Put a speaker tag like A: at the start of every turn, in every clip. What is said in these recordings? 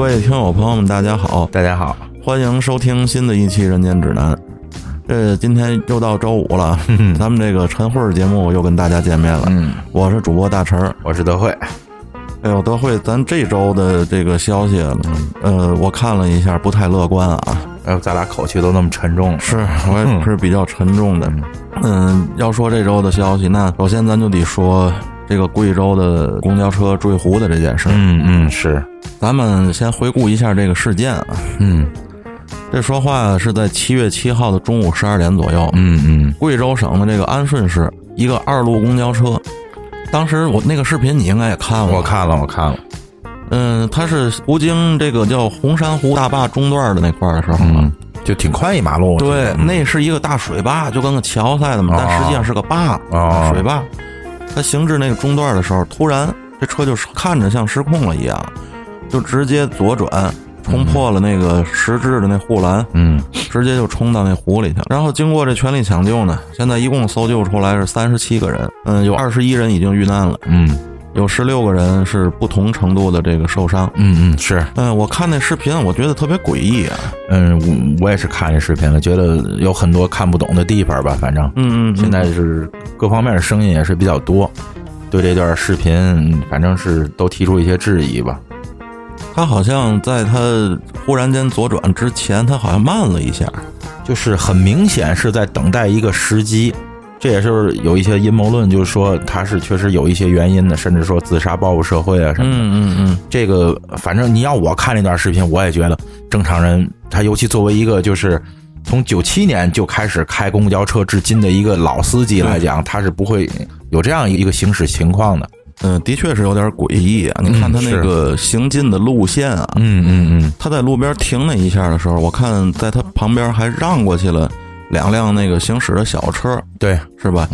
A: 位听友朋友们，大家好，
B: 大家好，
A: 欢迎收听新的一期《人间指南》。这今天又到周五了，咱们这个晨会儿节目又跟大家见面了。
B: 嗯，
A: 我是主播大陈儿。
B: 我是德惠，
A: 哎呦，德惠，咱这周的这个消息，呃，我看了一下，不太乐观啊。
B: 哎呦，咱俩口气都那么沉重了，
A: 是，我也是比较沉重的。嗯，要说这周的消息，那首先咱就得说这个贵州的公交车坠湖的这件事儿。
B: 嗯嗯是，
A: 咱们先回顾一下这个事件啊。
B: 嗯
A: 这说话是在七月七号的中午十二点左右，
B: 嗯嗯
A: 贵州省的这个安顺市一个二路公交车。当时我那个视频你应该也看过，
B: 我看了我看了，
A: 嗯，它是途经这个叫红山湖大坝中段的那块儿的时候，
B: 嗯，就挺宽一马路，我觉
A: 对
B: 得，
A: 那是一个大水坝，就跟个桥似的嘛，但实际上是个坝，
B: 哦
A: 水坝。它行至那个中段的时候，突然这车就是看着像失控了一样，就直接左转，冲破了那个石质的那护栏，
B: 嗯
A: 直接就冲到那湖里去了。然后经过这全力抢救呢，现在一共搜救出来是三十七个人，嗯，有二十一人已经遇难了，
B: 嗯
A: 有十六个人是不同程度的这个受伤。
B: 嗯嗯是，
A: 嗯，我看那视频，我觉得特别诡异啊。
B: 嗯我我也是看这视频了，觉得有很多看不懂的地方吧，反正
A: 嗯嗯嗯
B: 现在是各方面的声音也是比较多，对这段视频嗯反正是都提出一些质疑吧，
A: 他好像在他忽然间左转之前，他好像慢了一下。
B: 就是很明显是在等待一个时机。这也是有一些阴谋论，就是说他是确实有一些原因的，甚至说自杀报复社会啊什么。
A: 嗯嗯嗯，
B: 这个反正你要我看这段视频，我也觉得正常人，他尤其作为一个就是从九七年就开始开公交车至今的一个老司机来讲，他是不会有这样一个行驶情况的。
A: 嗯，的确是有点诡异啊。你看他那个行进的路线啊，
B: 嗯嗯嗯，
A: 他在路边停那一下的时候，我看在他旁边还让过去了两辆那个行驶的小车，
B: 对，
A: 是吧？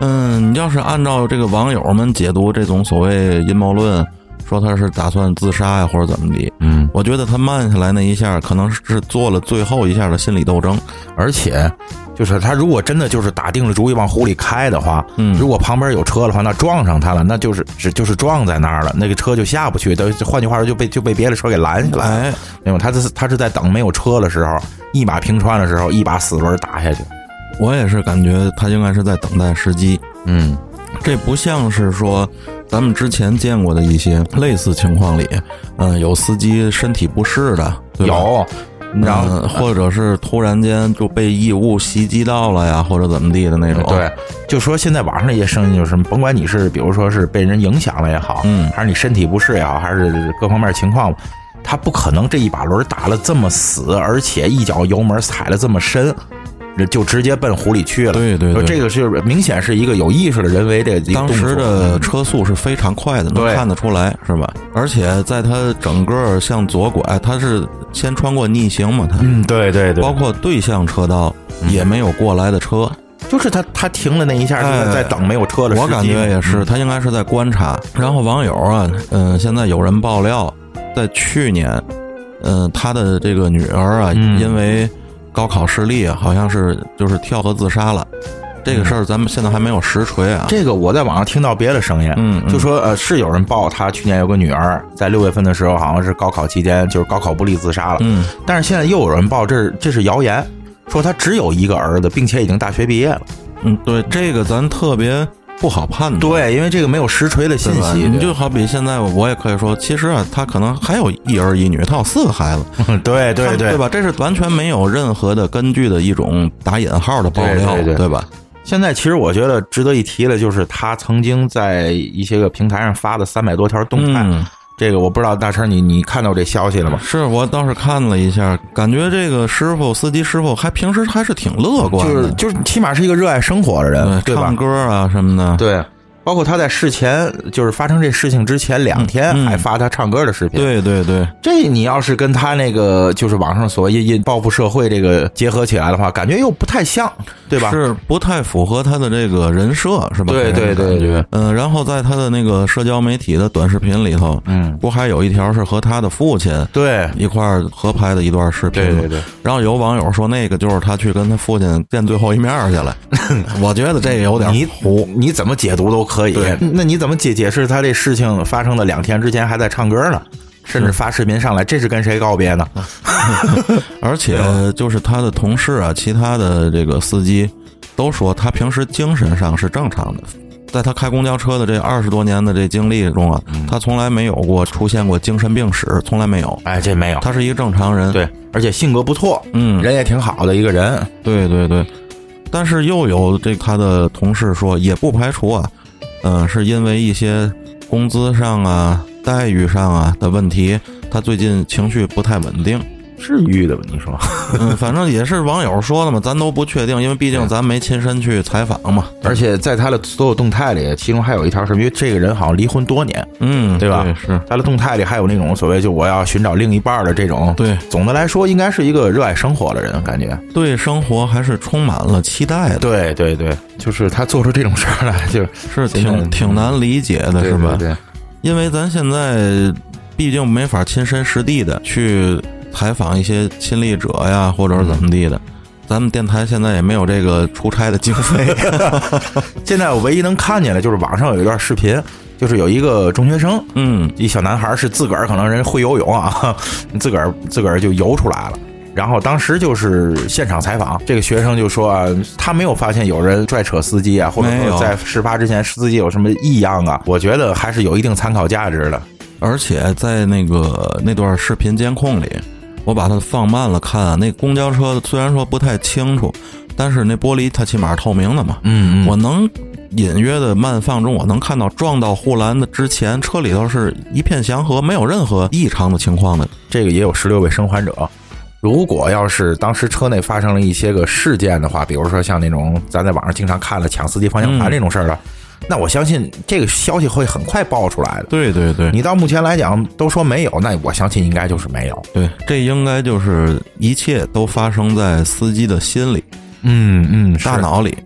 A: 嗯，你要是按照这个网友们解读这种所谓阴谋论，说他是打算自杀呀、或者怎么的，
B: 嗯，
A: 我觉得他慢下来那一下，可能是做了最后一下的心理斗争。
B: 而且就是他如果真的就是打定了主意往湖里开的话，
A: 嗯
B: 如果旁边有车的话，那撞上他了，那就是只就是撞在那儿了，那个车就下不去，等于换句话说就被就被别的车给拦下来
A: 哎，
B: 了。明白吗？他这是他是在等没有车的时候，一马平川的时候，一把死轮打下去。
A: 我也是感觉他应该是在等待时机，
B: 嗯
A: 这不像是说咱们之前见过的一些类似情况里，嗯、有司机身体不适的，，对吧，哦
B: 有，然后、
A: 嗯或者是突然间就被异物袭击到了呀，或者怎么地的那种，，
B: 对，就说现在网上一些声音就是什么，甭管你是比如说是被人影响了也好，
A: 嗯
B: 还是你身体不适也好，还是各方面情况，他不可能这一把轮打了这么死，而且一脚油门踩了这么深。就直接奔湖里去了。
A: 对对对
B: 说这个是明显是一个有意识的人为这一个
A: 当
B: 动
A: 时
B: 作嗯
A: 的车速是非常快的，能
B: 对
A: 看得出来，是吧？而且在他整个向左拐，他是先穿过逆行嘛，他
B: 嗯，对对嗯对
A: 包括对向车道也没有过来的车，
B: 就是他他停了那一下，就
A: 哎
B: 是在等没有车的时机。
A: 我感觉也
B: 嗯
A: 是，他应该是在观察。然后网友啊，嗯、现在有人爆料，在去年，嗯、他的这个女儿啊，
B: 嗯
A: 因为高考失利，啊好像是就是跳河自杀了。这个事儿咱们现在还没有实锤啊。
B: 嗯这个我在网上听到别的声音，
A: 嗯嗯
B: 就说呃是有人报他去年有个女儿在六月份的时候，好像是高考期间就是高考不利自杀了，
A: 嗯，
B: 但是现在又有人报这是这是谣言，说他只有一个儿子，并且已经大学毕业了。
A: 嗯，对，这个咱特别不好判断。
B: 对，因为这个没有实锤的信
A: 对吧
B: 息，
A: 你就好比现在我也可以说，其实啊，他可能还有一儿一女，他有四个孩子，
B: 对对
A: 他
B: 对
A: 对？吧？这是完全没有任何的根据的一种打引号的爆
B: 对
A: 料，
B: 对对
A: 对吧？
B: 现在其实我觉得值得一提的就是他曾经在一些个平台上发的三百多条动态，
A: 嗯
B: 这个我不知道大成你你看到这消息了吗？
A: 是我倒是看了一下，感觉这个师傅司机师傅还平时还是挺乐观
B: 就是
A: 的，
B: 就是起码是一个热爱生活的人，嗯对吧
A: 唱？歌啊什么的，
B: 对，包括他在事前，就是发生这事情之前两天，
A: 嗯嗯
B: 还发他唱歌的视频。，
A: 对对对
B: 这你要是跟他那个就是网上所谓因因报复社会这个结合起来的话，感觉又不太像，对吧？
A: 是不太符合他的这个人设，是吧？给
B: 对对
A: 人的
B: 对
A: 感觉
B: 对，
A: 嗯，然后在他的那个社交媒体的短视频里头，
B: 嗯，
A: 不还有一条是和他的父亲
B: 对
A: 一块儿合拍的一段视频
B: 对
A: 吗？
B: 对对，
A: 然后有网友说，那个就是他去跟他父亲见最后一面儿去 了，我觉得这个有点
B: 你你怎么解读都可以
A: 对。
B: 那你怎么解解释他这事情发生的两天之前还在唱歌呢？甚至发视频上来，这是跟谁告别呢？
A: 而且
B: 啊
A: 就是他的同事啊，其他的这个司机都说他平时精神上是正常的，在他开公交车的这二十多年的这经历中啊，
B: 嗯
A: 他从来没有过出现过精神病史，从来没有，
B: 哎，这没有，
A: 他是一个正常人。，
B: 对，嗯而且性格不错，
A: 嗯，
B: 人也挺好的一个人，
A: 对对对。但是又有这他的同事说，也不排除啊，嗯、是因为一些工资上啊、待遇上啊的问题，他最近情绪不太稳定。
B: 至于的吧？你说？
A: 嗯，反正也是网友说的嘛，咱都不确定，因为毕竟咱没亲身去采访嘛。
B: 而且在他的所有动态里，其中还有一条是因为这个人好像离婚多年，
A: 嗯，
B: 对吧
A: 是，
B: 他的动态里还有那种所谓就我要寻找另一半的这种。
A: 对
B: 总的来说，应该是一个热爱生活的人，感觉。
A: 对，生活还是充满了期待的，
B: 对对对，就是他做出这种事儿来，就是
A: 是挺
B: 嗯
A: 挺难理解的，
B: 对
A: 是吧？
B: 对，
A: 因为咱现在毕竟没法亲身实地的去采访一些亲历者呀，或者是怎么地的。咱们电台现在也没有这个出差的经 费，
B: 现在我唯一能看见的就是网上有一段视频，就是有一个中学生，
A: 嗯，
B: 一小男孩是自个儿可能人会游泳啊，自个儿自个儿就游出来了。然后当时就是现场采访，这个学生就说啊，他没有发现有人拽扯司机啊，或者
A: 没有
B: 说在事发之前司机有什么异样啊。我觉得还是有一定参考价值的。
A: 而且在那个那段视频监控里，我把它放慢了看啊，那公交车虽然说不太清楚，但是那玻璃它起码是透明的嘛，
B: 嗯
A: 我能隐约的慢放中，我能看到撞到护栏的之前，车里头是一片祥和，没有任何异常的情况的。
B: 这个也有十六位生还者。如果要是当时车内发生了一些个事件的话，比如说像那种咱在网上经常看了抢司机方向盘这种事儿了，那我相信这个消息会很快爆出来的。
A: 对对 对
B: 你到目前来讲都说没有，那我相信应该就是没有。
A: 对，这应该就是一切都发生在司机的心里、
B: 嗯嗯，
A: 大
B: 大脑。
A: 脑里。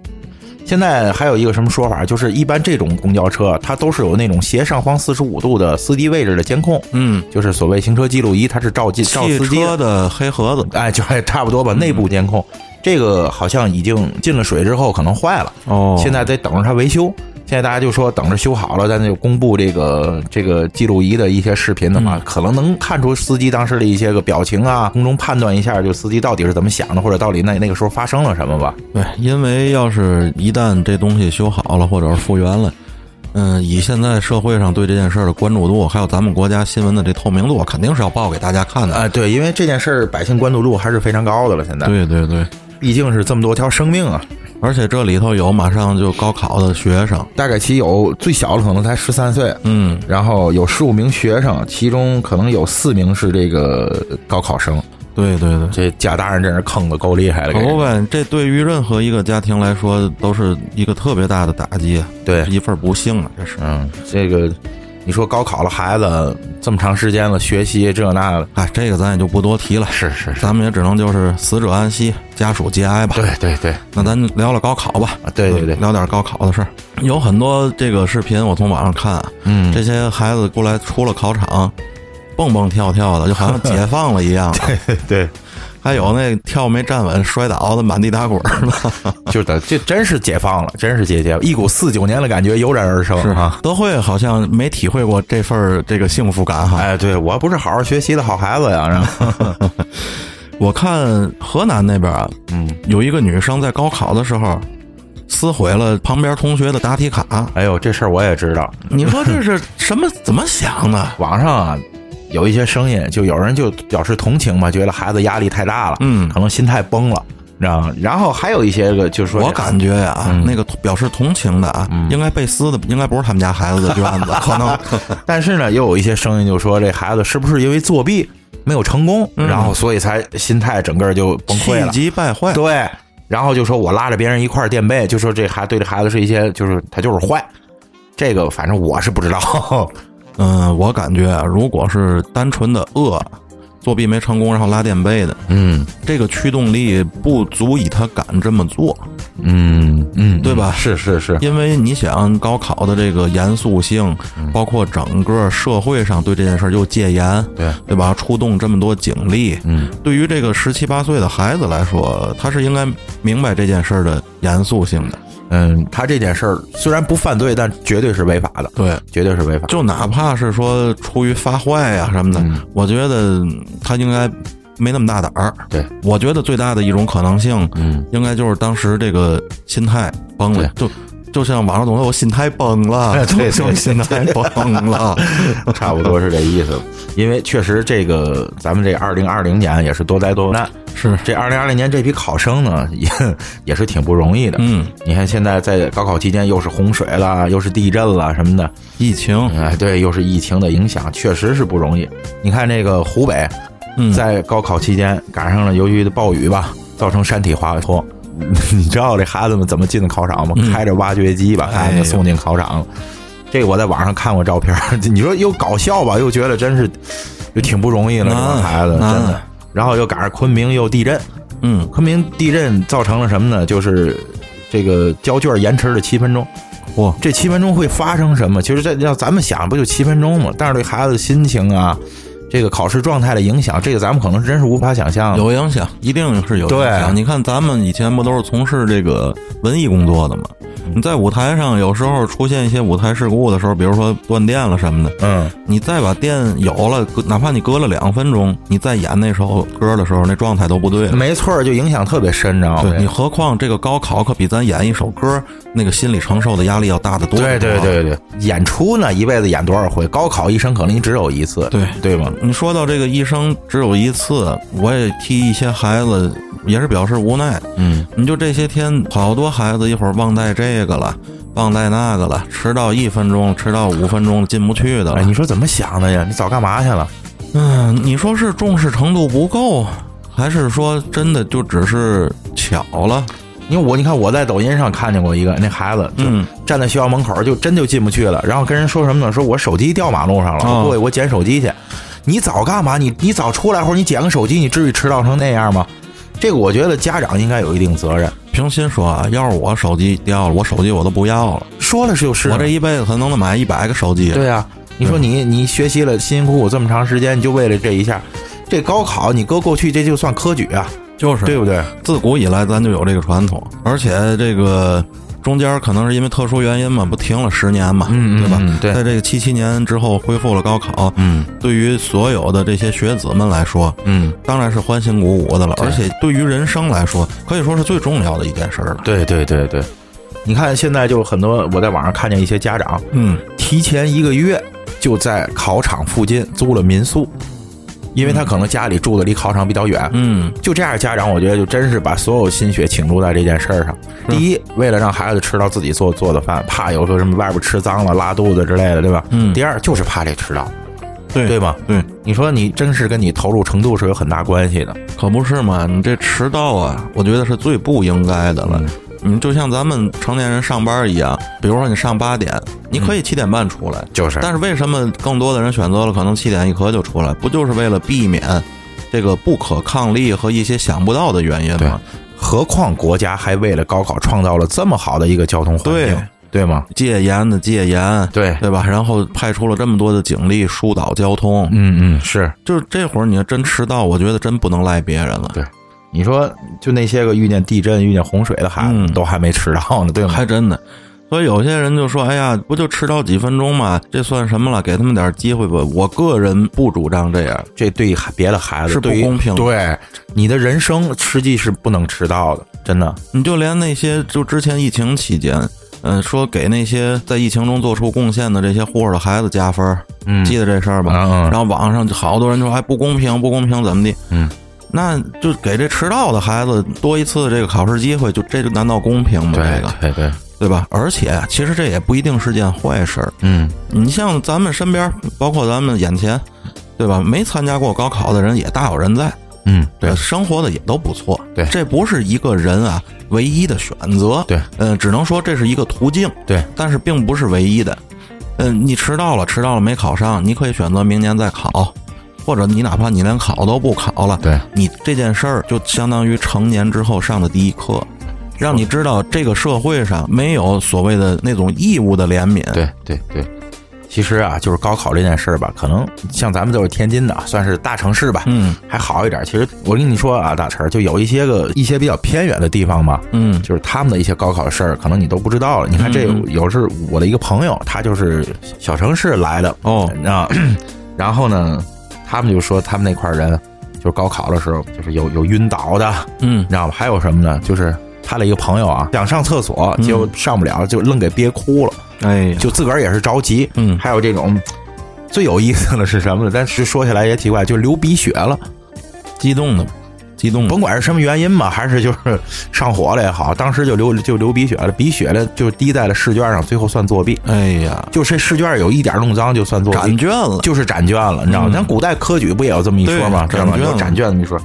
B: 现在还有一个什么说法，就是一般这种公交车它都是有那种斜上方四十五度的司机位置的监控，
A: 嗯，
B: 就是所谓行车记录仪，它是照进照
A: 汽
B: 司机
A: 车的黑盒子。
B: 哎，就还差不多吧，内部监控。这个好像已经进了水之后可能坏了，
A: 哦
B: 现在得等着它维修。现在大家就说等着修好了，咱就公布这个这个记录仪的一些视频的
A: 嗯
B: 话，可能能看出司机当时的一些个表情啊，从中判断一下就司机到底是怎么想的，或者到底那那个时候发生了什么吧。
A: 对，因为要是一旦这东西修好了，或者是复原了，嗯，以现在社会上对这件事儿的关注度，还有咱们国家新闻的这透明度，肯定是要报给大家看的。
B: 啊、对，因为这件事儿百姓关注度还是非常高的了。现在，
A: 对对对，
B: 毕竟是这么多条生命啊，
A: 而且这里头有马上就高考的学生，
B: 大概其有最小的可能才十三岁，
A: 嗯，
B: 然后有十五名学生，其中可能有四名是这个高考生。
A: 对对对。
B: 这贾大人真是坑的够厉害了，给
A: 可
B: 人
A: 不呗，这对于任何一个家庭来说都是一个特别大的打击啊，
B: 对，
A: 一份不幸啊，这是。
B: 嗯，这个你说高考了，孩子这么长时间了，学习这那的，
A: 哎，这个咱也就不多提了，
B: 是是是，
A: 咱们也只能就是死者安息，家属节哀吧。
B: 对对对，
A: 那咱聊聊高考吧。嗯
B: 啊对对对，
A: 聊点高考的事儿。有很多这个视频，我从网上看啊，
B: 嗯，
A: 这些孩子过来出了考场，蹦蹦跳跳的，就好像 解放了一样。
B: 对，
A: 还有那跳没站稳摔倒的，满地打滚儿 的。
B: 就是的，这真是解放了，真是解解，一股四九年的感觉油然而生啊。
A: 德惠好像没体会过这份儿这个幸福感哈。
B: 哎，对我不是好好学习的好孩子呀，然后
A: 我看河南那边啊，
B: 嗯，
A: 有一个女生在高考的时候。撕毁了旁边同学的答题卡，
B: 哎呦，这事儿我也知道，
A: 你说这是什么？怎么想的？
B: 网上啊有一些声音，就有人就表示同情嘛，觉得孩子压力太大了，
A: 嗯
B: 可能心态崩了，你知道吗？然后还有一些个就是说，嗯
A: 我感觉呀、那个表示同情的啊，应该被撕的应该不是他们家孩子的卷 子，可能
B: 但是呢，又有一些声音就说这孩子是不是因为作弊没有成功，然后所以才心态整个就崩溃
A: 气
B: 了，
A: 急败坏。
B: 对。然后就说我拉着别人一块儿垫背，就说这孩对这孩子是一些，就是他就是坏，这个反正我是不知道。
A: 嗯，我感觉啊，如果是单纯的恶作弊没成功，然后拉垫背的，
B: 嗯
A: 这个驱动力不足以他敢这么做，
B: 嗯嗯，
A: 对吧？
B: 是是是，
A: 因为你想高考的这个严肃性，
B: 嗯
A: 包括整个社会上对这件事儿又戒严，
B: 对
A: 对吧？出动这么多警力，
B: 嗯，
A: 对于这个十七八岁的孩子来说，他是应该明白这件事儿的严肃性的。
B: 嗯，他这件事儿虽然不犯罪，但绝对是违法的，
A: 对，
B: 绝对是违法的。
A: 就哪怕是说出于发坏呀、什么的，我觉得嗯他应该没那么大胆儿。
B: 对，
A: 我觉得最大的一种可能性，
B: 嗯，
A: 应该就是当时这个心态崩了，就就像网上总说我心态崩了，
B: 哎对对
A: 就就心态崩 了，
B: 差不多是这意思。因为确实，这个咱们这二零二零年也是多灾多难。
A: 是，
B: 这二零二零年这批考生呢， 也也是挺不容易的。
A: 嗯，
B: 你看现在在高考期间，又是洪水啦，又是地震啦什么的，
A: 疫情，
B: 哎，对，又是疫情的影响，确实是不容易。你看这个湖北，
A: 嗯，
B: 在高考期间赶上了由于暴雨吧，造成山体滑坡。 你知道这孩子们怎么进的考场吗？
A: 嗯
B: 开着挖掘机把孩
A: 哎
B: 子们送进考场了。这个我在网上看过照片儿， 你说又搞笑吧，又觉得真是又挺不容易了，这
A: 难
B: 帮孩子真
A: 难
B: 的。然后又赶上昆明又地震，
A: 嗯，
B: 昆明地震造成了什么呢？就是这个交卷延迟了七分钟。
A: 哇，
B: 这七分钟会发生什么？其实这要咱们想，不就七分钟吗？但是对孩子的心情啊，这个考试状态的影响，这个咱们可能真是无法想象的。
A: 有影响，一定是有影
B: 啊对
A: 响。你看，咱们以前不都是从事这个文艺工作的吗？
B: 嗯
A: 你在舞台上有时候出现一些舞台事故的时候，比如说断电了什么的，
B: 嗯，
A: 你再把电有了，隔哪怕你隔了两分钟，你再演那首歌的时候，那状态都不对了。
B: 没错儿，就影响特别深，你知道吗
A: 对？你，何况这个高考可比咱演一首歌那个心理承受的压力要大得多。啊
B: 对对对对，演出呢，一辈子演多少回？高考一生可能你只有一次，
A: 对
B: 对吗？
A: 你说到这个一生只有一次，我也替一些孩子也是表示无奈。
B: 嗯，
A: 你就这些天，好多孩子一会儿忘带这个了，忘带那个了，迟到一分钟，迟到五分钟进不去的
B: 哎，
A: 了。
B: 你说怎么想的呀？你早干嘛去了？
A: 嗯，你说是重视程度不够，还是说真的就只是巧了？
B: 因为我你看我在抖音上看见过一个那孩子，就
A: 嗯
B: 站在学校门口就真就进不去了，然后跟人说什么呢？说我手机掉马路上了，
A: 哦
B: 我过去我捡手机去。你早干嘛？你你早出来或者你捡个手机，你至于迟到成那样吗？这个我觉得家长应该有一定责任。
A: 平心说啊，要是我手机掉了，我手机我都不要了。
B: 说了就是啊
A: 我这一辈子可能能买一百个手机。
B: 对啊，你说你你学习了辛辛苦苦这么长时间，你就为了这一下，这高考你搁过去这就算科举啊，
A: 就是
B: 对不对？
A: 自古以来咱就有这个传统，而且这个中间可能是因为特殊原因嘛，不停了十年嘛，
B: 嗯嗯
A: 对吧？
B: 嗯对
A: 在这个七七年之后恢复了高考，
B: 嗯
A: 对于所有的这些学子们来说，
B: 嗯，
A: 当然是欢欣鼓舞的了，而且对于人生来说，可以说是最重要的一件事儿了。
B: 对对对对。你看现在就很多，我在网上看见一些家长，
A: 嗯，
B: 提前一个月就在考场附近租了民宿，因为他可能家里住的离考场比较远。
A: 嗯，
B: 就这样，家长我觉得就真是把所有心血倾注在这件事儿上。第一，为了让孩子吃到自己做做的饭，怕有时候什么外边吃脏了、拉肚子之类的，对吧？
A: 嗯
B: 第二，就是怕这迟到，
A: 对
B: 对吧？
A: 对，
B: 你说你真是跟你投入程度是有很大关系的。
A: 可不是嘛，你这迟到啊，我觉得是最不应该的了。你就像咱们成年人上班一样，比如说你上八点，你可以七点半出来，
B: 就是
A: 但是为什么更多的人选择了可能七点一刻就出来？不就是为了避免这个不可抗力和一些想不到的原因
B: 对
A: 吗？
B: 何况国家还为了高考创造了这么好的一个交通环境，对吗？
A: 戒严的戒严，
B: 对
A: 对吧？然后派出了这么多的警力疏导交通，
B: 嗯嗯，是。
A: 就是这会儿你要真迟到，我觉得真不能赖别人了，
B: 你说，就那些个遇见地震、遇见洪水的孩子，
A: 嗯
B: 都还没迟到呢，对吗？
A: 还真的。所以有些人就说：“哎呀，不就迟到几分钟嘛，这算什么了？给他们点机会吧。”我个人不主张这样，
B: 这对孩别的孩子
A: 是不
B: 对于
A: 公平的
B: 对你的人生实际是不能迟到的，真的。
A: 你就连那些就之前疫情期间，嗯、说给那些在疫情中做出贡献的这些护士的孩子加分儿，
B: 嗯
A: 记得这事儿吧？
B: 嗯嗯
A: 然后网上就好多人就说，哎，不公平，不公平，怎么的？
B: 嗯，
A: 那就给这迟到的孩子多一次这个考试机会，就这就难道公平吗？这个
B: 对对，
A: 对吧？而且其实这也不一定是件坏事儿。
B: 嗯，
A: 你像咱们身边，包括咱们眼前，对吧？没参加过高考的人也大有人在，
B: 嗯，
A: 呃，生活的也都不错。
B: 对
A: 这不是一个人啊唯一的选择。
B: 对，
A: 呃，只能说这是一个途径，
B: 对，
A: 但是并不是唯一的。嗯、你迟到了，迟到了没考上，你可以选择明年再考，或者你哪怕你连考都不考了，
B: 对，
A: 你这件事儿就相当于成年之后上的第一课，让你知道这个社会上没有所谓的那种义务的怜悯。
B: 对对对。其实啊，就是高考这件事儿吧，可能像咱们都是天津的，算是大城市吧，
A: 嗯
B: 还好一点。其实我跟你说啊，大成儿就有一些个一些比较偏远的地方嘛，
A: 嗯
B: 就是他们的一些高考事儿，可能你都不知道了。你看这
A: 嗯
B: 有是我的一个朋友，他就是小城市来的
A: 哦
B: 啊， 然后呢，他们就说他们那块儿人就是高考的时候，就是有有晕倒的，
A: 嗯
B: 你知道吗？还有什么呢？就是他的一个朋友啊，想上厕所，
A: 嗯
B: 结果上不了，就愣给憋哭了，
A: 哎呀
B: 就自个儿也是着急。
A: 嗯
B: 还有这种最有意思的是什么呢？但是说起来也奇怪，就流鼻血了。
A: 激动的激动的
B: 甭管是什么原因吧，还是就是上火了也好，当时就流就流鼻血了，鼻血了就滴在了试卷上，最后算作弊。
A: 哎呀
B: 就这试卷有一点弄脏就算作
A: 展
B: 弊，
A: 卷了
B: 就是展卷了，你知道吗？
A: 嗯
B: 咱古代科举不也有这么一说吗？
A: 对
B: 知道吗？
A: 展卷
B: 有展卷这么一说。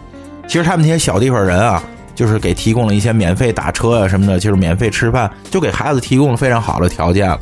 B: 其实他们那些小地方人啊，就是给提供了一些免费打车啊什么的，就是免费吃饭，就给孩子提供了非常好的条件了，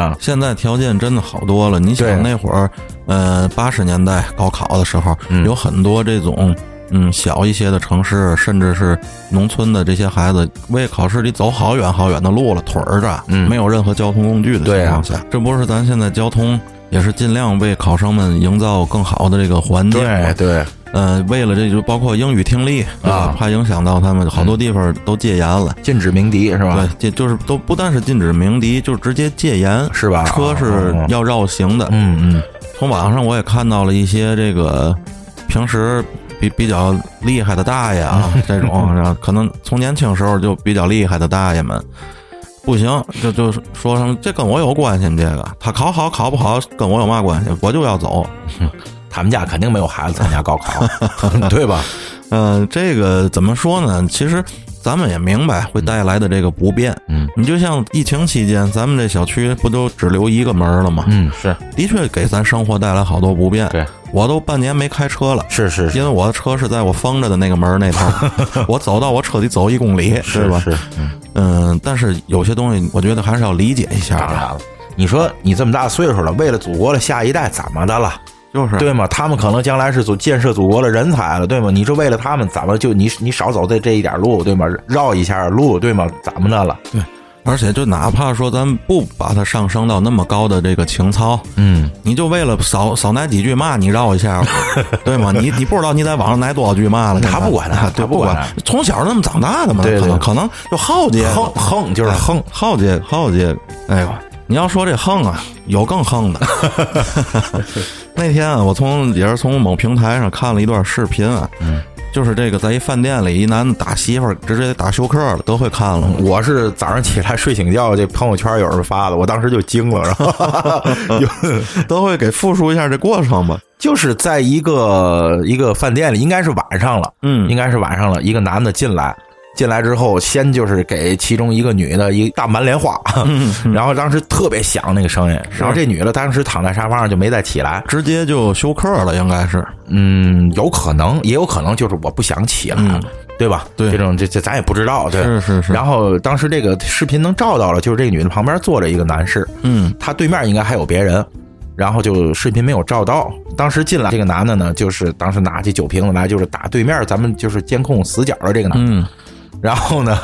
B: 啊。
A: 现在条件真的好多了。你
B: 对
A: 想那会儿，呃，八十年代高考的时候，
B: 嗯
A: 有很多这种嗯小一些的城市，甚至是农村的这些孩子，为考试得走好远好远的路了，腿儿着，
B: 嗯
A: 没有任何交通工具的
B: 对
A: 情
B: 啊
A: 况下，这不是咱现在交通。也是尽量为考生们营造更好的这个环境嘛，
B: 对对，
A: 呃，为了这就包括英语听力对吧
B: 啊
A: 怕影响到他们，好多地方都戒严了，
B: 禁止鸣笛是吧？
A: 对，这就是都不但是禁止鸣笛，就是直接戒严，
B: 是吧？
A: 啊车是
B: 哦，
A: 要绕行的。
B: 嗯嗯
A: 从网上我也看到了一些这个平时比比较厉害的大爷啊，
B: 嗯
A: 这种然后可能从年轻时候就比较厉害的大爷们，不行就就说什么这跟我有关系，你这个他考好考不好跟我有嘛关系？我就要走。
B: 他们家肯定没有孩子参加高考， 对吧？
A: 嗯、这个怎么说呢？其实咱们也明白会带来的这个不便。
B: 嗯
A: 你就像疫情期间，咱们这小区不都只留一个门儿了吗？
B: 嗯，是
A: 的确给咱生活带来好多不便。
B: 对，
A: 我都半年没开车了。
B: 是是
A: 因为我的车是在我封着的那个门儿那 头，我走到我车得走一公里，
B: 是
A: 吧？
B: 是，嗯，
A: 嗯，但是有些东西我觉得还是要理解一下啊
B: 当然
A: 的，
B: 了。你说你这么大岁数了，为了祖国的下一代，怎么的了？
A: 就是
B: 对吗？他们可能将来是祖建设祖国的人才了，对吗？你这为了他们，怎么就你你少走这这一点路，对吗？绕一下路，对吗？怎么的了？
A: 而且就哪怕说咱不把它上升到那么高的这个情操，
B: 嗯，
A: 你就为了少少挨几句骂，你绕一 下，对吗？你你不知道你在网上挨多少句骂了，
B: 他
A: 现在
B: 不管啊他
A: 对
B: 他不
A: 管
B: 管，
A: 从小那么长大的嘛，
B: 对对
A: 可能可能就哎好这个
B: 横横就是横，
A: 浩姐，浩姐，哎呦， 你要说这横啊，有更横 的。那天啊，我从也是从某平台上看了一段视频啊，
B: 嗯
A: 就是这个在一饭店里，一男的打媳妇儿，直接打休克了，都会看了吗。
B: 我是早上起来睡醒觉，这朋友圈有人发的，我当时就惊了，然后 有
A: 都会给复述一下这过程吧。
B: 就是在一个一个饭店里，应该是晚上了，应
A: 嗯，
B: 该是晚上了，一个男的进来，进来之后，先就是给其中一个女的一大满脸花，
A: 嗯
B: 然后当时特别响那个声音，然后这女的当时躺在沙发上就没再起来，
A: 直接就休克了，应该是。
B: 嗯，有可能，也有可能就是我不想起来了，
A: 嗯
B: 对吧？
A: 对
B: 这种这这咱也不知道，对。
A: 是是是。
B: 然后当时这个视频能照到了，就是这个女的旁边坐着一个男士，
A: 嗯
B: 他对面应该还有别人，然后就视频没有照到。当时进来这个男的呢，就是当时拿起酒瓶子来，就是打对面咱们就是监控死角的这个男的
A: 嗯，
B: 然后呢，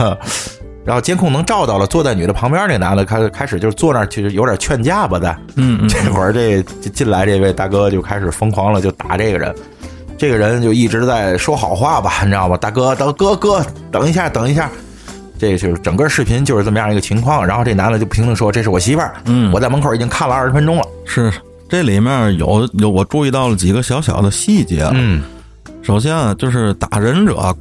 B: 然后监控能照到了，坐在女的旁边那个男的开开始就是坐那儿，就是有点劝架吧在。
A: 嗯嗯，
B: 这会儿这这进来这位大哥就开始疯狂了，就打这个人。这个人就一直在说好话吧，你知道吧？大哥，大哥哥，等一下，等一下。这就是整个视频就是这么样一个情况。然后这男的就不停的说：“这是我媳妇儿，
A: 嗯
B: 我在门口已经看了二十分钟了。
A: 是这里面有有我注意到了几个小小的细节啊”
B: 嗯，
A: 首先啊，就是打忍者啊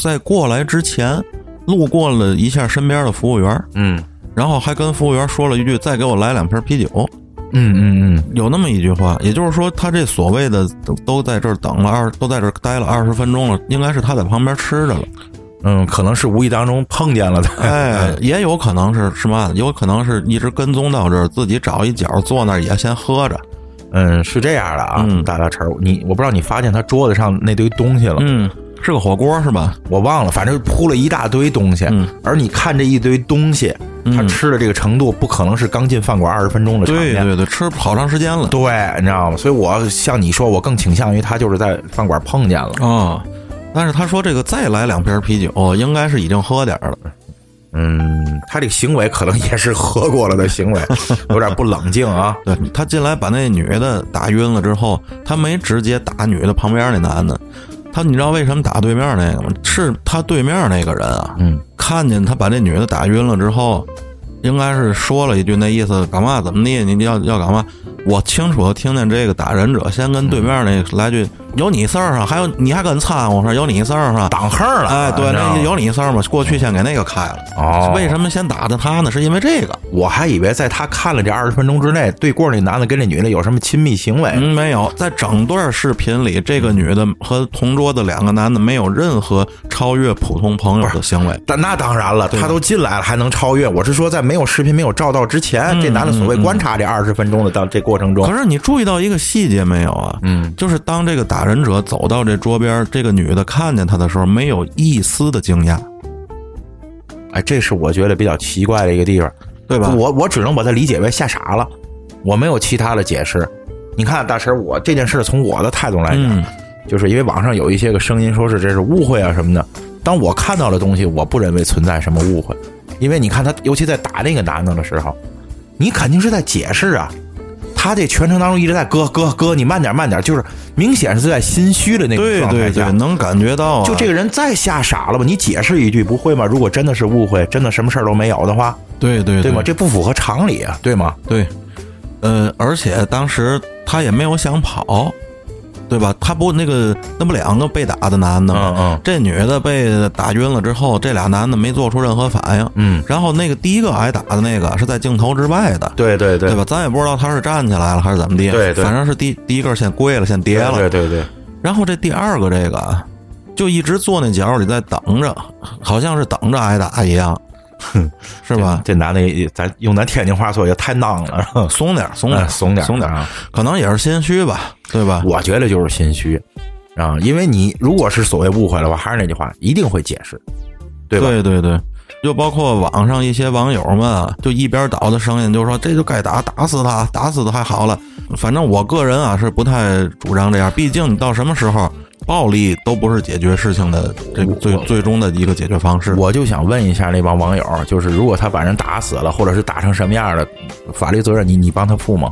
A: 在过来之前，路过了一下身边的服务员，
B: 嗯
A: 然后还跟服务员说了一句：“再给我来两瓶啤酒。
B: 嗯嗯嗯”
A: 有那么一句话，也就是说，他这所谓的都都在这儿等了二，都在这儿待了二十分钟了，应该是他在旁边吃着了。
B: 嗯，可能是无意当中碰见了的。
A: 哎，也有可能是是嘛，有可能是一直跟踪到这儿，自己找一角坐那儿也先喝着。
B: 嗯，是这样的啊，
A: 嗯
B: 大大陈儿，你我不知道你发现他桌子上那堆东西了，
A: 嗯，是个火锅是吧？
B: 我忘了，反正铺了一大堆东西。
A: 嗯
B: 而你看这一堆东西，他
A: 嗯
B: 吃的这个程度，不可能是刚进饭馆二十分钟的场
A: 对
B: 面。
A: 对对，吃好长时间了。
B: 对你知道吗？所以我像你说，我更倾向于他就是在饭馆碰见了。
A: 哦，但是他说这个再来两瓶啤酒，应该是已经喝点儿了。
B: 嗯，他这个行为可能也是喝过了的行 为，有点不冷静啊。
A: 对他进来把那女的打晕了之后，他没直接打女的旁边那男的，他你知道为什么打对面那个吗？是他对面那个人啊，
B: 嗯，
A: 看见他把这女的打晕了之后，应该是说了一句那意思，干嘛怎么地，你要要干嘛？我清楚地听见这个打忍者先跟对面那个来句有你事儿啊，还有你还敢掺和上，有你事 儿啊。
B: 挡横了，
A: 哎，对，
B: 你知道
A: 那
B: 吗
A: 有你事儿嘛，过去先给那个开了。
B: 哦，
A: 为什么先打的他呢？是因为这个？
B: 我还以为在他看了这二十分钟之内，对过那男的跟这女的有什么亲密行为，
A: 嗯，没有，在整段视频里，这个女的和同桌的两个男的没有任何超越普通朋友的行为。
B: 但那当然了，他都进来了还能超越？我是说，在没有视频、没有照到之前，这男的所谓观察这二十分钟的到这过程中，
A: 嗯可是你注意到一个细节没有啊？
B: 嗯，
A: 就是当这个打人者走到这桌边，这个女的看见他的时候，没有一丝的惊讶，
B: 哎，这是我觉得比较奇怪的一个地方，
A: 对吧？
B: 我我只能把它理解为吓傻了，我没有其他的解释。你看，大神，我这件事从我的态度来讲，
A: 嗯
B: 就是因为网上有一些个声音说是这是误会啊什么的。当我看到的东西，我不认为存在什么误会，因为你看他，尤其在打那个男的的时候，你肯定是在解释啊。他这全程当中一直在哥哥哥，你慢点慢点，就是明显是在心虚的那个
A: 对
B: 状态
A: 对
B: 下
A: 对，。能感觉到啊。
B: 就这个人再吓傻了吧？你解释一句不会吗？如果真的是误会，真的什么事儿都没有的话，
A: 对对
B: 对吗？这不符合常理啊，对吗？
A: 对，呃，而且当时他也没有想跑，对吧？他不那个那不两个被打的男的吗？
B: 嗯
A: 这女的被打晕了之后，这俩男的没做出任何反应。
B: 嗯，
A: 然后那个第一个挨打的那个是在镜头之外的，
B: 对对对
A: 对吧？咱也不知道他是站起来了还是怎么地，
B: 对对
A: 反正是第第一个先跪了，先跌了。
B: 对对对，
A: 然后这第二个这个啊，就一直坐那角里在等着，好像是等着挨打一样，是吧？
B: 啊这男的也，咱用咱天津话说也太囊了，是吧
A: 松点儿，松点
B: 嗯
A: 儿，
B: 怂点儿
A: 松点儿，
B: 啊！
A: 可能也是心虚吧，对吧？
B: 我觉得就是心虚啊，因为你如果是所谓误会了吧，还是那句话，一定会解释，对吧？
A: 对对对，就包括网上一些网友们啊，就一边倒的声音，就说这就该打，打死他，打死他还好了。反正我个人啊是不太主张这样，毕竟你到什么时候，暴力都不是解决事情的这个最最终的一个解决方式。
B: 我就想问一下那帮网友，就是如果他把人打死了，或者是打成什么样的，法律责任你你帮他负吗？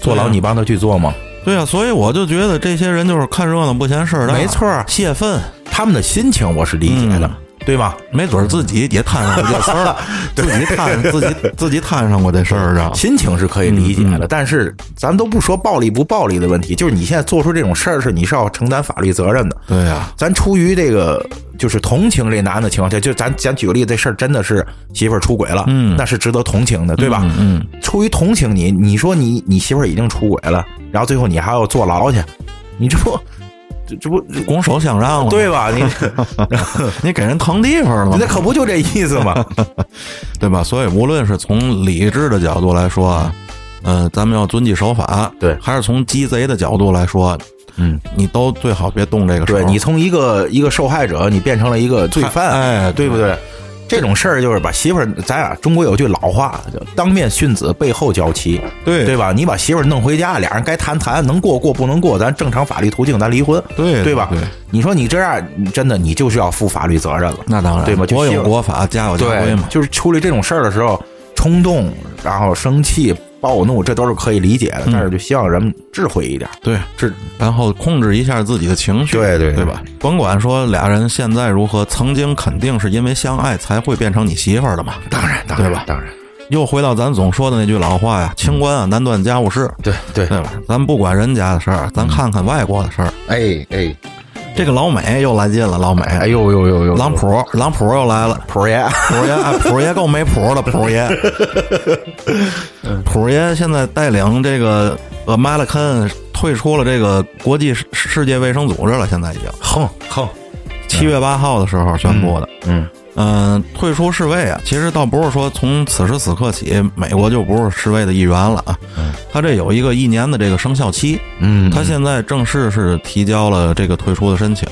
B: 坐牢
A: 对啊
B: 你帮他去做吗？
A: 对啊，所以我就觉得这些人就是看热闹不啊嫌事儿大，
B: 没错儿，
A: 泄愤，
B: 他们的心情我是理解的，
A: 嗯
B: 对吗？
A: 没准儿自己也摊上过这事儿， 自己摊自己自己摊上过这事儿啊。嗯
B: 心情是可以理解的，但是咱们都不说暴力不暴力的问题，就是你现在做出这种事儿是你是要承担法律责任的。
A: 对呀、啊
B: 咱出于这个就是同情这男的情况下，就咱咱举个例子，这事儿真的是媳妇儿出轨了，
A: 嗯
B: 那是值得同情的，对吧？
A: 嗯嗯
B: 出于同情你，你说你你媳妇儿已经出轨了，然后最后你还要坐牢去，你这不这这不
A: 拱手相让了，
B: 对吧？你
A: 你给人腾地方了
B: 那，可不就这意思 吗？
A: 对吧？所以无论是从理智的角度来说啊，嗯，咱们要遵纪守法，
B: 对
A: 还是从鸡贼的角度来说，
B: 嗯，
A: 你都最好别动这个手。
B: 对你从一个一个受害者，你变成了一个罪犯，
A: 哎，
B: 对不对？这种事儿就是把媳妇儿，咱俩中国有句老话，叫当面训子，背后教妻，
A: 对
B: 对吧？你把媳妇儿弄回家，俩人该谈谈，能过过，不能过，咱正常法律途径，咱离婚，
A: 对
B: 对吧？
A: 对
B: 你说你这样，你真的你就是要负法律责任了，
A: 那当然，
B: 对吧？就
A: 国
B: 希
A: 有
B: 望
A: 国法，家有家规
B: 对
A: 嘛，。
B: 就是处理这种事儿的时候，冲动，然后生气、暴怒，这都是可以理解的，但是就希望人们智慧一点。
A: 对，
B: 智
A: 然后控制一下自己的情绪，
B: 对对
A: 对
B: 对
A: 吧？甭管说俩人现在如何，曾经肯定是因为相爱才会变成你媳妇儿的嘛。
B: 当然，当
A: 对
B: 然，
A: 吧
B: 当然，
A: 又回到咱总说的那句老话呀，“清官啊，难断家务事”，
B: 对对，
A: 对吧？咱不管人家的事儿，
B: 嗯
A: 咱看看外国的事儿。
B: 哎哎
A: 这个老美又来劲了，老美，
B: 哎呦呦呦呦，
A: 朗普，朗普又来了，
B: 普爷，
A: 普爷，哎普爷够没谱的，普爷，普爷现在带领这个 American 退出了这个国际世世界卫生组织了，现在已经
B: 哼哼，
A: 七月八号的时候宣布的。
B: 嗯
A: 嗯，退出世卫啊，其实倒不是说从此时此刻起，美国就不是世卫的一员了啊。他这有一个一年的这个生效期，
B: 嗯，
A: 他现在正式是提交了这个退出的申请，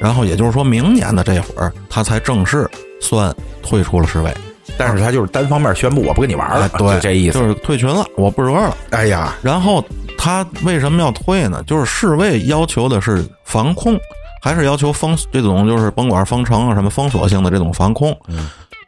A: 然后也就是说，明年的这会儿他才正式算退出了世卫，
B: 但是他就是单方面宣布我不跟你玩了，
A: 哎对，
B: 就这意思。
A: 就是退群了，我不惹了。
B: 哎呀，
A: 然后他为什么要退呢？就是世卫要求的是防控，还是要求封这种就是甭管封城啊什么封锁性的这种防控。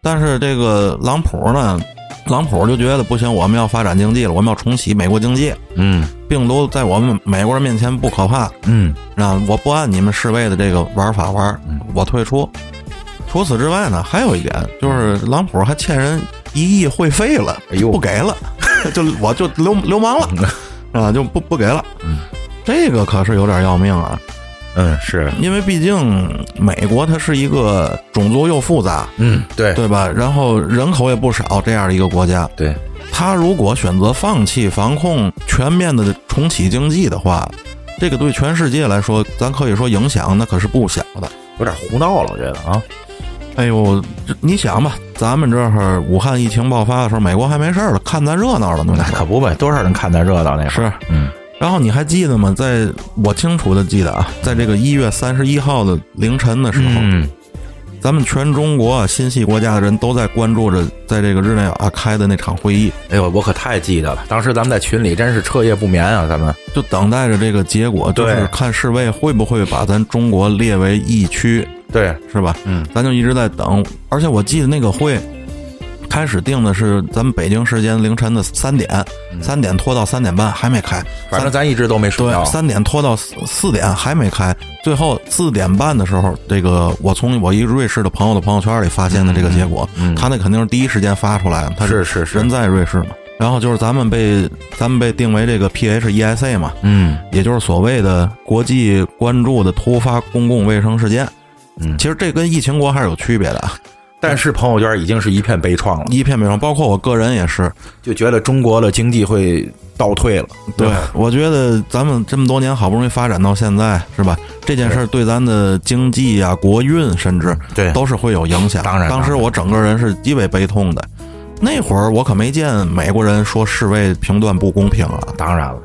A: 但是这个朗普呢，朗普就觉得不行，我们要发展经济了，我们要重启美国经济，
B: 嗯
A: 病毒在我们美国人面前不可怕，
B: 嗯
A: 啊，我不按你们世卫的这个玩法玩
B: 嗯，
A: 我退出。除此之外呢，还有一点就是，朗普还欠人一亿会费了，
B: 哎呦
A: 不给了， 就我就流流氓了， 啊，就不不给了。
B: 嗯
A: 这个可是有点要命啊，
B: 嗯是，
A: 因为毕竟美国它是一个种族又复杂，
B: 嗯对
A: 对吧？然后人口也不少这样的一个国家，
B: 对，
A: 他如果选择放弃防控，全面的重启经济的话，这个对全世界来说，咱可以说影响那可是不小的。
B: 有点胡闹了，我觉得啊，
A: 哎呦，这你想吧，咱们这会儿武汉疫情爆发的时候，美国还没事儿了，看咱热闹了呢。
B: 那哎可不呗，多少人看咱热闹那会儿
A: 是，
B: 嗯
A: 然后你还记得吗？在我清楚的记得啊，在这个一月三十一号的凌晨的时候，
B: 嗯
A: 咱们全中国啊新系国家的人都在关注着在这个日内瓦开的那场会议，
B: 哎呦，我可太记得了，当时咱们在群里真是彻夜不眠啊，咱们
A: 就等待着这个结果，就
B: 对
A: 是看世卫会不会把咱中国列为疫区，
B: 对，
A: 是吧？
B: 嗯
A: 咱就一直在等。而且我记得那个会开始定的是咱们北京时间凌晨的三点，三点拖到三点半还没开，
B: 嗯反正咱一直都没睡
A: 对
B: 着，
A: 三点拖到四四点还没开，最后四点半的时候，这个我从我一个瑞士的朋友的朋友圈里发现的这个结果，
B: 嗯嗯
A: 他那肯定是第一时间发出来的，他
B: 是是
A: 人
B: 是，
A: 在瑞士嘛。然后就是咱们被咱们被定为这个 PHESA 嘛，
B: 嗯
A: 也就是所谓的国际关注的突发公共卫生事件。
B: 嗯
A: 其实这跟疫情国还是有区别的啊，
B: 但是朋友圈已经是一片悲怆了，
A: 一片美妆，包括我个人也是。
B: 就觉得中国的经济会倒退了，
A: 对
B: 吧，
A: 我觉得咱们这么多年好不容易发展到现在，是吧？这件事儿对咱的经济啊、国运，甚至
B: 对
A: 都是会有影响。
B: 当然
A: 当时
B: 当然
A: 我整个人是极为悲痛的。那会儿我可没见美国人说世卫评断不公平啊，
B: 当然了，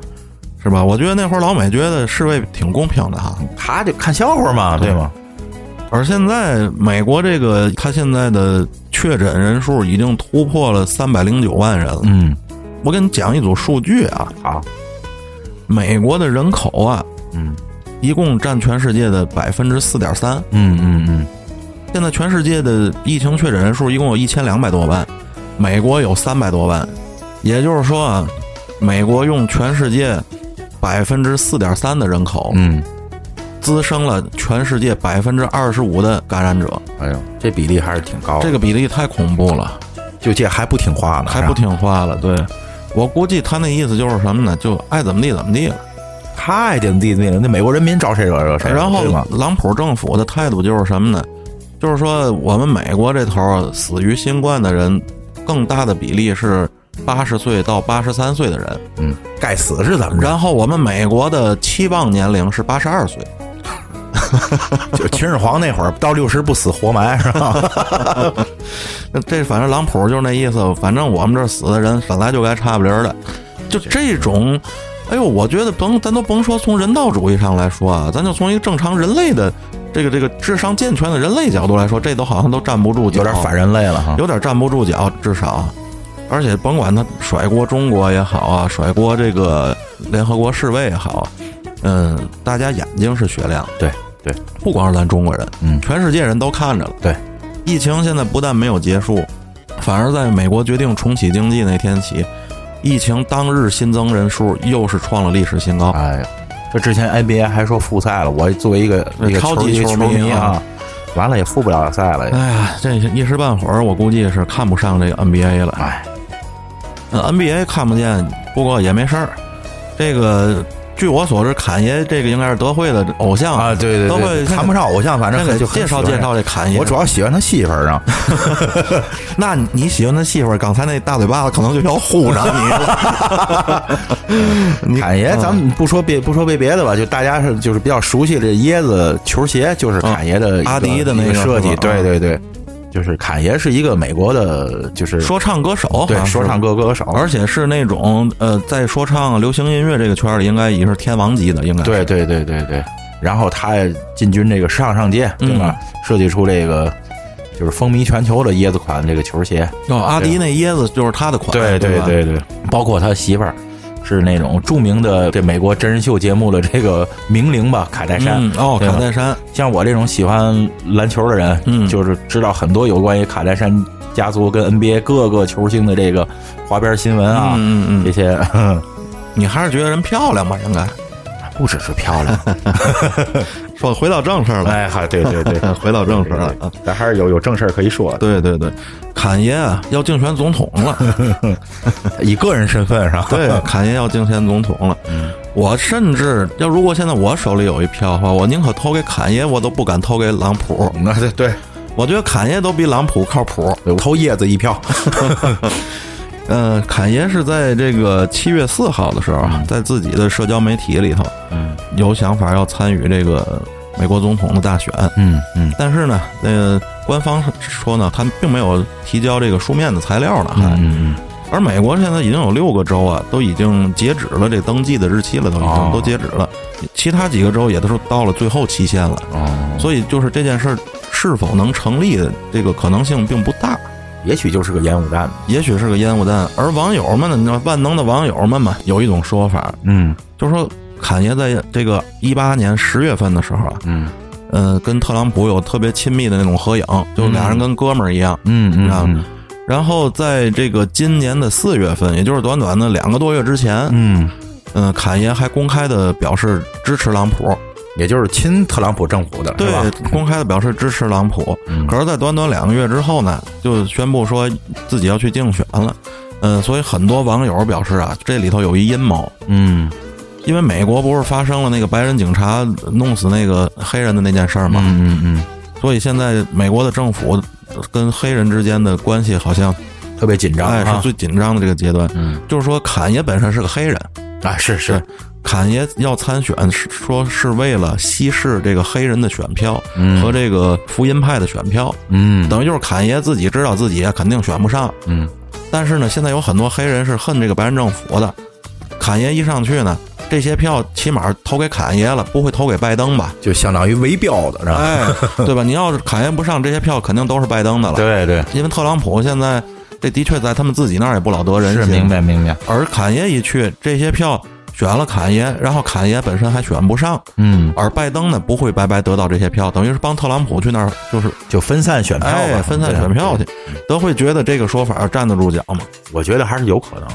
A: 是吧？我觉得那会儿老美觉得世卫挺公平的哈，
B: 他就看笑话嘛，对吗？
A: 而现在，美国这个它现在的确诊人数已经突破了三百零九万人了。
B: 嗯，
A: 我给你讲一组数据啊，
B: 好，
A: 美国的人口啊，
B: 嗯
A: 一共占全世界的百分之四点三。
B: 嗯嗯嗯，
A: 现在全世界的疫情确诊人数一共有一千两百多万，美国有三百多万，也就是说啊，美国用全世界百分之四点三的人口，
B: 嗯，
A: 滋生了全世界百分之二十五的感染者，
B: 哎呦，这比例还是挺高的，
A: 这个比例太恐怖了。
B: 就这还不听话呢，
A: 还
B: 是
A: 不
B: 吧
A: 听话了。对，我估计他那意思就是什么呢？就爱怎么地怎么地了。
B: 太点地那了，那美国人民招谁惹惹谁了？
A: 然后
B: 对吗？
A: 朗普政府的态度就是什么呢？就是说我们美国这头儿死于新冠的人，更大的比例是八十岁到八十三岁的人，
B: 嗯，该死是怎 么着？
A: 然后我们美国的期望年龄是八十二岁。
B: 就秦始皇那会儿到六十不死活埋是 吧？
A: 那这反正朗普就是那意思，反正我们这儿死的人本来就该差不离儿的，就这种，哎呦，我觉得甭咱都甭说从人道主义上来说啊，咱就从一个正常人类的这个这个智商健全的人类角度来说，这都好像都站不住脚，
B: 有点反，人类了哈。
A: 哦有点站不住脚，至少。而且甭管他甩锅中国也好啊，甩锅这个联合国世卫也好，嗯，大家眼睛是雪亮的，
B: 对对，
A: 不光是咱中国人，
B: 嗯
A: 全世界人都看着了。
B: 对，
A: 疫情现在不但没有结束，反而在美国决定重启经济那天起，疫情当日新增人数又是创了历史新高。
B: 哎呀，这之前 NBA 还说复赛了，我作为一个一个
A: 超
B: 球
A: 级
B: 一个
A: 球迷
B: 迷
A: 啊，
B: 完了也复不了赛了。
A: 哎呀，这一时半会儿我估计是看不上这个 NBA 了。
B: 哎，啊
A: 嗯 NBA 看不见，不过也没事儿。这个据我所知，侃爷这个应该是德惠的偶像
B: 啊，对对
A: 都
B: 对，
A: 会
B: 谈不上偶像，反正
A: 那给
B: 很就很
A: 介绍
B: 喜欢
A: 介绍这侃爷。
B: 我主要喜欢他媳妇儿 啊，
A: 那你喜欢的媳妇儿，刚才那大嘴巴子可能就要呼上你 了。
B: 侃爷，哎
A: 嗯
B: 咱们不说别不说别别的吧，就大家是就是比较熟悉的椰子球鞋，就是侃爷的一个
A: 啊阿迪的那
B: 一
A: 个
B: 个设
A: 是
B: 计，
A: 吧啊
B: 对对对，就是侃爷是一个美国的，就是
A: 说唱歌手，好
B: 对
A: 像是
B: 说唱歌歌手，
A: 而且是那种呃，在说唱、流行音乐这个圈儿里，应该也是天王级的，应该是
B: 对对对对对，然后他也进军这个时尚上街，对吧？设计出这个就是风靡全球的椰子款这个球鞋，
A: 哦，阿迪那椰子就是他的款，对吧，
B: 对对，包括他媳妇儿。是那种著名的这美国真人秀节目的这个名伶吧，卡戴珊。
A: 嗯，哦，
B: 对吧
A: 卡戴珊，
B: 像我这种喜欢篮球的人，
A: 嗯
B: 就是知道很多有关于卡戴珊家族跟 NBA 各个球星的这个花边新闻啊，
A: 嗯嗯
B: 这
A: 嗯，
B: 些呵呵
A: 你还是觉得人漂亮吧？应该
B: 不只是漂亮，
A: 说回到正事儿了，
B: 哎哈，对 对对，
A: 回到正事儿了
B: 对对啊对咱还是有有正事儿可以说啊的，
A: 对对对，侃爷啊要竞选总统了。
B: 以个人身份上，
A: 对， 侃爷要竞选总统了。
B: 嗯
A: 我甚至要，如果现在我手里有一票的话，我宁可投给侃爷，我都不敢投给朗普。
B: 嗯那对对，
A: 我觉得侃爷都比朗普靠谱。
B: 投叶子一票，
A: 嗯，侃爷是在这个七月四号的时候啊，在自己的社交媒体里头
B: 嗯
A: 有想法要参与这个美国总统的大选，
B: 嗯嗯
A: 但是呢，呃，官方说呢，他并没有提交这个书面的材料呢，还。
B: 嗯
A: 而美国现在已经有六个州啊，都已经截止了这登记的日期了，都已经、
B: 哦
A: 都截止了。其他几个州也都是到了最后期限了，
B: 哦，
A: 所以就是这件事儿是否能成立，这个可能性并不大，
B: 也许就是个烟雾弹，
A: 也许是个烟雾弹。而网友们呢，你知道万能的网友们嘛，有一种说法，
B: 嗯
A: 就是说侃爷在这个一八年十月份的时候啊，
B: 嗯
A: 嗯、跟特朗普有特别亲密的那种合影，就俩人跟哥们儿一样。
B: 嗯
A: 知道吗然后在这个今年的四月份，也就是短短的两个多月之前，
B: 嗯，
A: 嗯，侃爷还公开的表示支持朗普，
B: 也就是亲特朗普政府的，
A: 对
B: 是吧？，
A: 公开的表示支持朗普。
B: 嗯
A: 可是，在短短两个月之后呢，就宣布说自己要去竞选了。嗯，所以很多网友表示啊，这里头有一阴谋，
B: 嗯
A: 因为美国不是发生了那个白人警察弄死那个黑人的那件事儿
B: 嗯
A: 嘛，
B: 嗯
A: 所以现在美国的政府跟黑人之间的关系好像
B: 嗯，特别紧张
A: 哎是
B: 啊，
A: 最紧张的这个阶段。
B: 嗯
A: 就是说，侃爷本身是个黑人，
B: 啊是是
A: 对，侃爷要参选，是说是为了稀释这个黑人的选票
B: 嗯
A: 和这个福音派的选票，
B: 嗯
A: 等于就是侃爷自己知道自己肯定选不上，
B: 嗯
A: 但是呢，现在有很多黑人是恨这个白人政府的，侃爷一上去呢，这些票起码投给侃爷了，不会投给拜登吧？
B: 就相当于围标的，是吧？
A: 哎，对吧？你要是侃爷不上，这些票肯定都是拜登的了，
B: 哎对对，
A: 因为特朗普现在这的确在他们自己那儿也不老得人
B: 是
A: 心，
B: 明白明白，
A: 而侃爷一去，这些票选了侃爷，然后侃爷本身还选不上，
B: 嗯，
A: 而拜登呢不会白白得到这些票，等于是帮特朗普去那儿就是
B: 就分散选票
A: 哎
B: 吧，
A: 分散选票去，都会觉得这个说法站得住脚吗？
B: 我觉得还是有可能，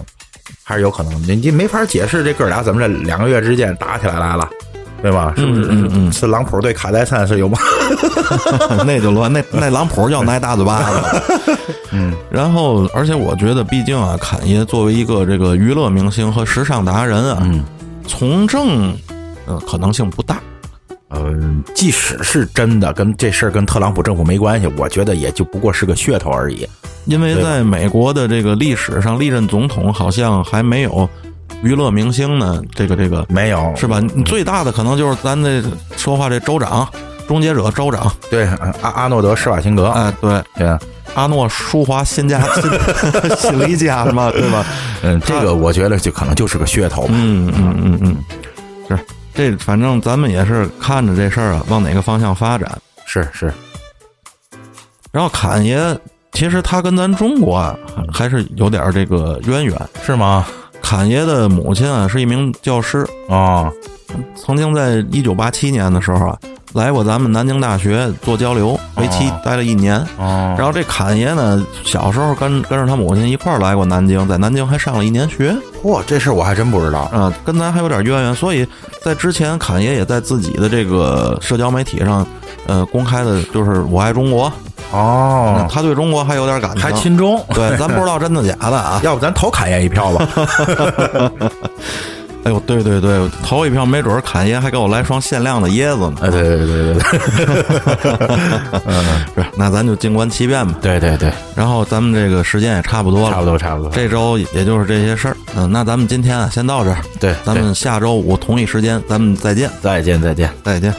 B: 还是有可能。你你没法解释这哥俩怎么这两个月之间打起来来了，对吧？是不是？
A: 嗯嗯嗯
B: 是朗普对卡戴珊是有吗？
A: 那就乱，那那朗普要挨大嘴巴子。 嗯，然后而且我觉得，毕竟啊，侃爷作为一个这个娱乐明星和时尚达人啊，
B: 嗯
A: 从政呃可能性不大。
B: 呃，即使是真的跟这事儿跟特朗普政府没关系，我觉得也就不过是个噱头而已。
A: 因为
B: 对吧
A: 在美国的这个历史上，历任总统好像还没有娱乐明星呢，这个这个
B: 没有，
A: 是吧？你最大的可能就是咱这说话这州长，终结者州长，
B: 对，呃阿阿诺德施瓦辛格，
A: 哎，对，
B: 对啊，
A: 阿诺舒华辛 加辛辛利加嘛，对吧？
B: 嗯，这个我觉得就可能就是个噱头吧。
A: 嗯嗯嗯嗯，是这，反正咱们也是看着这事儿啊，往哪个方向发展。
B: 是是，
A: 然后侃爷，其实他跟咱中国啊，还是有点儿这个渊源。
B: 是吗？
A: 侃爷的母亲啊，是一名教师，
B: 哦，
A: 曾经在一九八七年的时候啊，来过咱们南京大学做交流，为期
B: 哦
A: 待了一年。
B: 哦，
A: 然后这侃爷呢，小时候跟跟着他母亲一块儿来过南京，在南京还上了一年学
B: 嚯，这事儿我还真不知道。
A: 啊、跟咱还有点渊源。所以在之前，侃爷也在自己的这个社交媒体上，呃，公开的就是我爱中国，啊
B: 哦，
A: 他对中国还有点感情，
B: 还亲中，。
A: 对，咱不知道真的假的啊
B: 要不咱投侃爷一票 吧？
A: 哎呦，对对对，投一票，没准儿侃爷还给我来双限量的椰子呢。
B: 哎，对对对对对。哎
A: 是，那咱就静观其变吧。
B: 对对对，
A: 然后咱们这个时间也差不多了，
B: 差不多差不多。
A: 这周也就是这些事儿。嗯，那咱们今天啊先到这儿，
B: 对，
A: 咱们下周五同一时间咱们再见，
B: 对再见再见。
A: 再见。